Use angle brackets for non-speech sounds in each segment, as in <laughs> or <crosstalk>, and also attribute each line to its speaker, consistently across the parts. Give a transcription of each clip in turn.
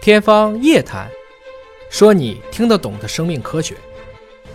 Speaker 1: 天方夜谭，说你听得懂的生命科学。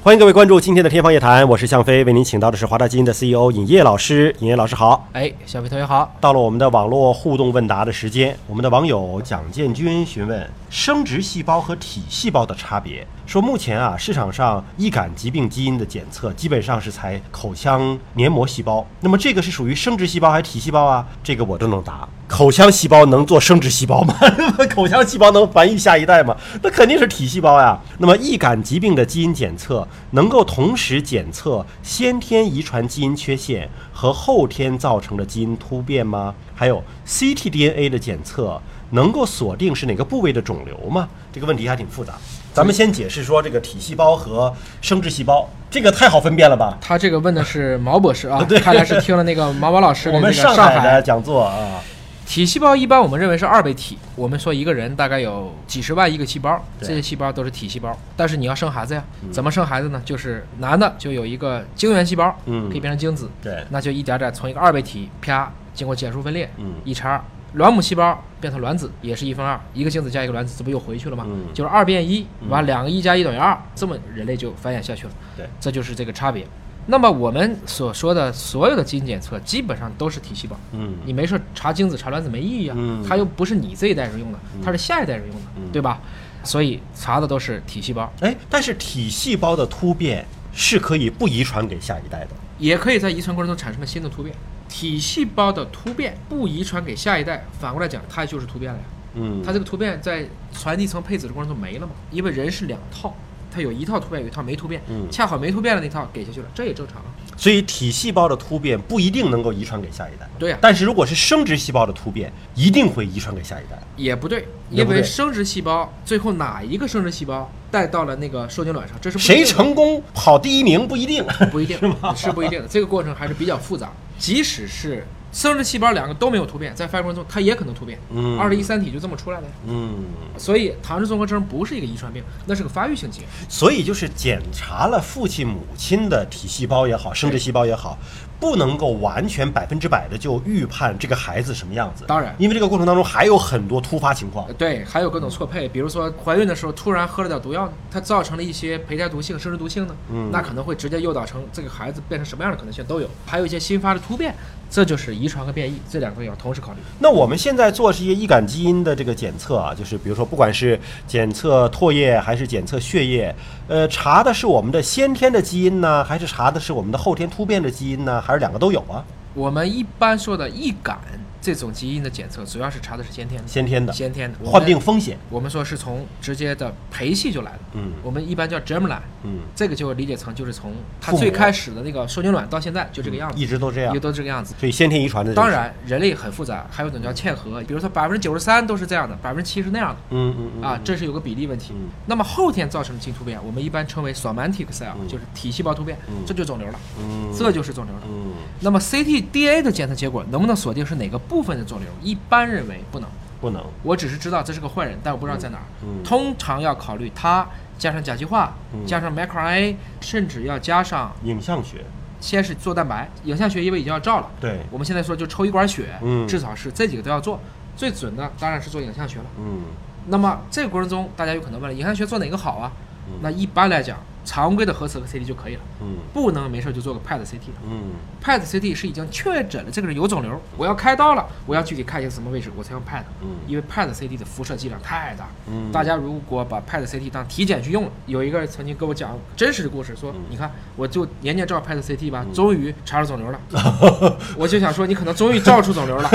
Speaker 2: 欢迎各位关注今天的《天方夜谭》，我是向飞，为您请到的是华大基因的 CEO 尹烨老师。尹烨老师好，
Speaker 1: 哎，小飞同学好，
Speaker 2: 到了我们的网络互动问答的时间，我们的网友蒋建军询问生殖细胞和体细胞的差别，说目前啊市场上易感疾病基因的检测基本上是采口腔黏膜细胞，那么这个是属于生殖细胞还是体细胞啊？这个我都能答。口腔细胞能做生殖细胞吗？ <laughs> 口腔细胞能繁育下一代吗？那肯定是体细胞呀。那么易感疾病的基因检测能够同时检测先天遗传基因缺陷和后天造成的基因突变吗？还有 ctDNA 的检测能够锁定是哪个部位的肿瘤吗？这个问题还挺复杂。咱们先解释说这个体细胞和生殖细胞，这个太好分辨了吧？
Speaker 1: 他这个问的是毛博
Speaker 2: <laughs>
Speaker 1: 士啊，看来是听了那个毛毛老师的
Speaker 2: 我
Speaker 1: 那
Speaker 2: 们
Speaker 1: 个
Speaker 2: 上海的
Speaker 1: 海
Speaker 2: 讲座啊，
Speaker 1: 体细胞，一般我们认为是二倍体。我们说一个人大概有几十万亿个细胞，这
Speaker 2: 对嗯
Speaker 1: 些细胞都是体细胞。但是你要生孩子呀，怎么生孩子呢？就是男的就有一个精原细胞，
Speaker 2: 嗯
Speaker 1: 可以变成精子，
Speaker 2: 对，
Speaker 1: 那就一点点从一个二倍体啪经过减数分裂，
Speaker 2: 嗯
Speaker 1: 一乘二。卵母细胞变成卵子也是一分二，一个精子加一个卵子，这不又回去了吗？
Speaker 2: 嗯
Speaker 1: 就是二变一，完了两个一加一等于二，这么人类就繁衍下去了。
Speaker 2: 对，
Speaker 1: 这就是这个差别。那么我们所说的所有的基因检测，基本上都是体细胞。
Speaker 2: 嗯
Speaker 1: 你没事查精子、查卵子没意义啊，
Speaker 2: 嗯
Speaker 1: 它又不是你这一代人用的，它是下一代人用的，
Speaker 2: 嗯
Speaker 1: 对吧？所以查的都是体细胞，
Speaker 2: 哎，但是体细胞的突变是可以不遗传给下一代的。
Speaker 1: 也可以在遗传过程中产生了新的突变。体细胞的突变不遗传给下一代，反过来讲，它就是突变了呀。
Speaker 2: 嗯
Speaker 1: 它这个突变在传递层配子的过程中没了嘛？因为人是两套，它有一套突变，有一套没突变，
Speaker 2: 嗯
Speaker 1: 恰好没突变的那套给下去了，这也正常啊。
Speaker 2: 所以体细胞的突变不一定能够遗传给下一代。
Speaker 1: 对呀
Speaker 2: 但是如果是生殖细胞的突变，一定会遗传给下一代。
Speaker 1: 也不对，
Speaker 2: 也
Speaker 1: 因
Speaker 2: 不对
Speaker 1: 为生殖细胞最后哪一个生殖细胞带到了那个受精卵上，这是不一定
Speaker 2: 谁
Speaker 1: 的
Speaker 2: 成功跑第一名不一
Speaker 1: <laughs>
Speaker 2: 定。
Speaker 1: 不一定是不一定的，这个过程还是比较复杂。即使是生殖细胞两个都没有突变，在发育过程中它也可能突变。
Speaker 2: 嗯
Speaker 1: 二十一三体就这么出来的呀。
Speaker 2: 嗯，
Speaker 1: 所以唐氏综合征不是一个遗传病，那是个发育性疾病。
Speaker 2: 所以就是检查了父亲、母亲的体细胞也好，生殖细胞也好，不能够完全百分之百的就预判这个孩子什么样子。
Speaker 1: 当然
Speaker 2: 因为这个过程当中还有很多突发情况
Speaker 1: 呃。对，还有各种错配，比如说怀孕的时候突然喝了点毒药呢，它造成了一些胚胎毒性、生殖毒性呢，
Speaker 2: 嗯
Speaker 1: 那可能会直接诱导成这个孩子变成什么样的可能性都有。还有一些新发的突变，这就是遗传和变异这两个要同时考虑。
Speaker 2: 那我们现在做这些易感基因的这个检测啊，就是比如说，不管是检测唾液还是检测血液，呃，查的是我们的先天的基因呢，还是查的是我们的后天突变的基因呢，还是两个都有啊？
Speaker 1: 我们一般说的易感这种基因的检测，主要是查的是先天的。
Speaker 2: 先天的，
Speaker 1: 先天的我们
Speaker 2: 患病风险，
Speaker 1: 我们说是从直接的培系就来的，
Speaker 2: 嗯
Speaker 1: 我们一般叫 germline，
Speaker 2: 嗯，
Speaker 1: 这个就理解成就是从它
Speaker 2: 父母
Speaker 1: 最开始的那个受精卵到现在就这个样子，
Speaker 2: 嗯一直都这样
Speaker 1: 也，都这个样子。
Speaker 2: 所以先天遗传的、
Speaker 1: 当，然，人类很复杂，还有一种叫嵌合，比如说百分之九十三都是这样的，百分之七是那样的。
Speaker 2: 嗯嗯嗯
Speaker 1: 啊，这是有个比例问题
Speaker 2: 嗯。
Speaker 1: 那么后天造成的基因突变，我们一般称为 somatic cell，
Speaker 2: 嗯
Speaker 1: 就是体细胞突变
Speaker 2: 嗯，
Speaker 1: 这就肿瘤了，
Speaker 2: 嗯
Speaker 1: 这就是肿瘤了。
Speaker 2: 嗯
Speaker 1: 那么 ctDNA 的检测结果能不能锁定是哪个部分的肿瘤？一般认为不能。
Speaker 2: 不能，
Speaker 1: 我只是知道这是个坏人，但我不知道在哪儿。
Speaker 2: 嗯嗯
Speaker 1: 通常要考虑它加上甲基化，
Speaker 2: 嗯
Speaker 1: 加上 microRNA，甚至要加上
Speaker 2: 影像学，
Speaker 1: 先是做蛋白，影像学因为已经要照了，
Speaker 2: 对，
Speaker 1: 我们现在说就抽一管血，
Speaker 2: 嗯
Speaker 1: 至少是这几个都要做。最准的当然是做影像学了。
Speaker 2: 嗯
Speaker 1: 那么这个过程中，大家有可能问了，影像学做哪个好啊？
Speaker 2: 嗯
Speaker 1: 那一般来讲，常规的核磁和 CT 就可以了，
Speaker 2: 嗯
Speaker 1: 不能没事就做个 E PET CT 了。
Speaker 2: 嗯
Speaker 1: PET CT 是已经确诊了这个人有肿瘤，我要开刀了，我要具体看一个什么位置，我才用 PET，
Speaker 2: 嗯
Speaker 1: 因为 E PET CT 的辐射剂量太大。
Speaker 2: 嗯，
Speaker 1: 大家如果把 PET CT 当体检去用了，有一个人曾经跟我讲真实的故事，说
Speaker 2: 嗯
Speaker 1: 你看我就年年照 PET CT 吧，终于查出肿
Speaker 2: <laughs>
Speaker 1: 瘤了。我就想说，你可能终于照出肿瘤了。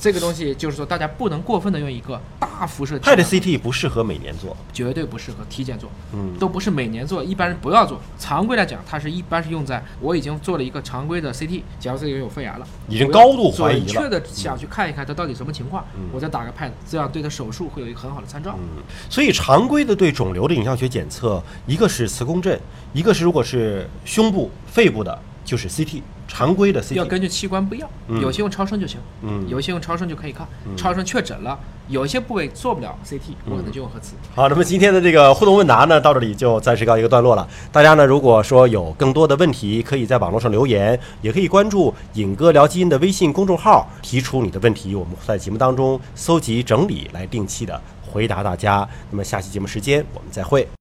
Speaker 1: 这个东西就是说，大家不能过分的用一个大辐射剂量
Speaker 2: PET CT 不适合每年做，
Speaker 1: 绝对不适合体检做，
Speaker 2: 嗯
Speaker 1: 都不是每年做，一般人不要做。常规来讲，它是一般是用在我已经做了一个常规的 CT，假如这个人有肺癌了，
Speaker 2: 已经
Speaker 1: 我要
Speaker 2: 高度怀疑了嗯
Speaker 1: 准确的想去看一看他到底什么情况，我再打个 PET，这样对他手术会有一个很好的参照。
Speaker 2: 所以常规的对肿瘤的影像学检测，一个是磁共振，一个是如果是胸部、肺部的，就是 CT。常规的
Speaker 1: 要
Speaker 2: CT，
Speaker 1: 根据器官不一样，
Speaker 2: 嗯
Speaker 1: 有些用超声就行，
Speaker 2: 嗯，
Speaker 1: 有些用超声就可以看
Speaker 2: 嗯，
Speaker 1: 超声确诊了，有一些部位做不了 CT，我可能就用核磁。
Speaker 2: 好，那么今天的这个互动问答呢，到这里就暂时告一个段落了。大家呢，如果说有更多的问题，可以在网络上留言，也可以关注“尹哥聊基因”的微信公众号，提出你的问题，我们会在节目当中搜集整理，来定期的回答大家。那么下期节目时间我们再会。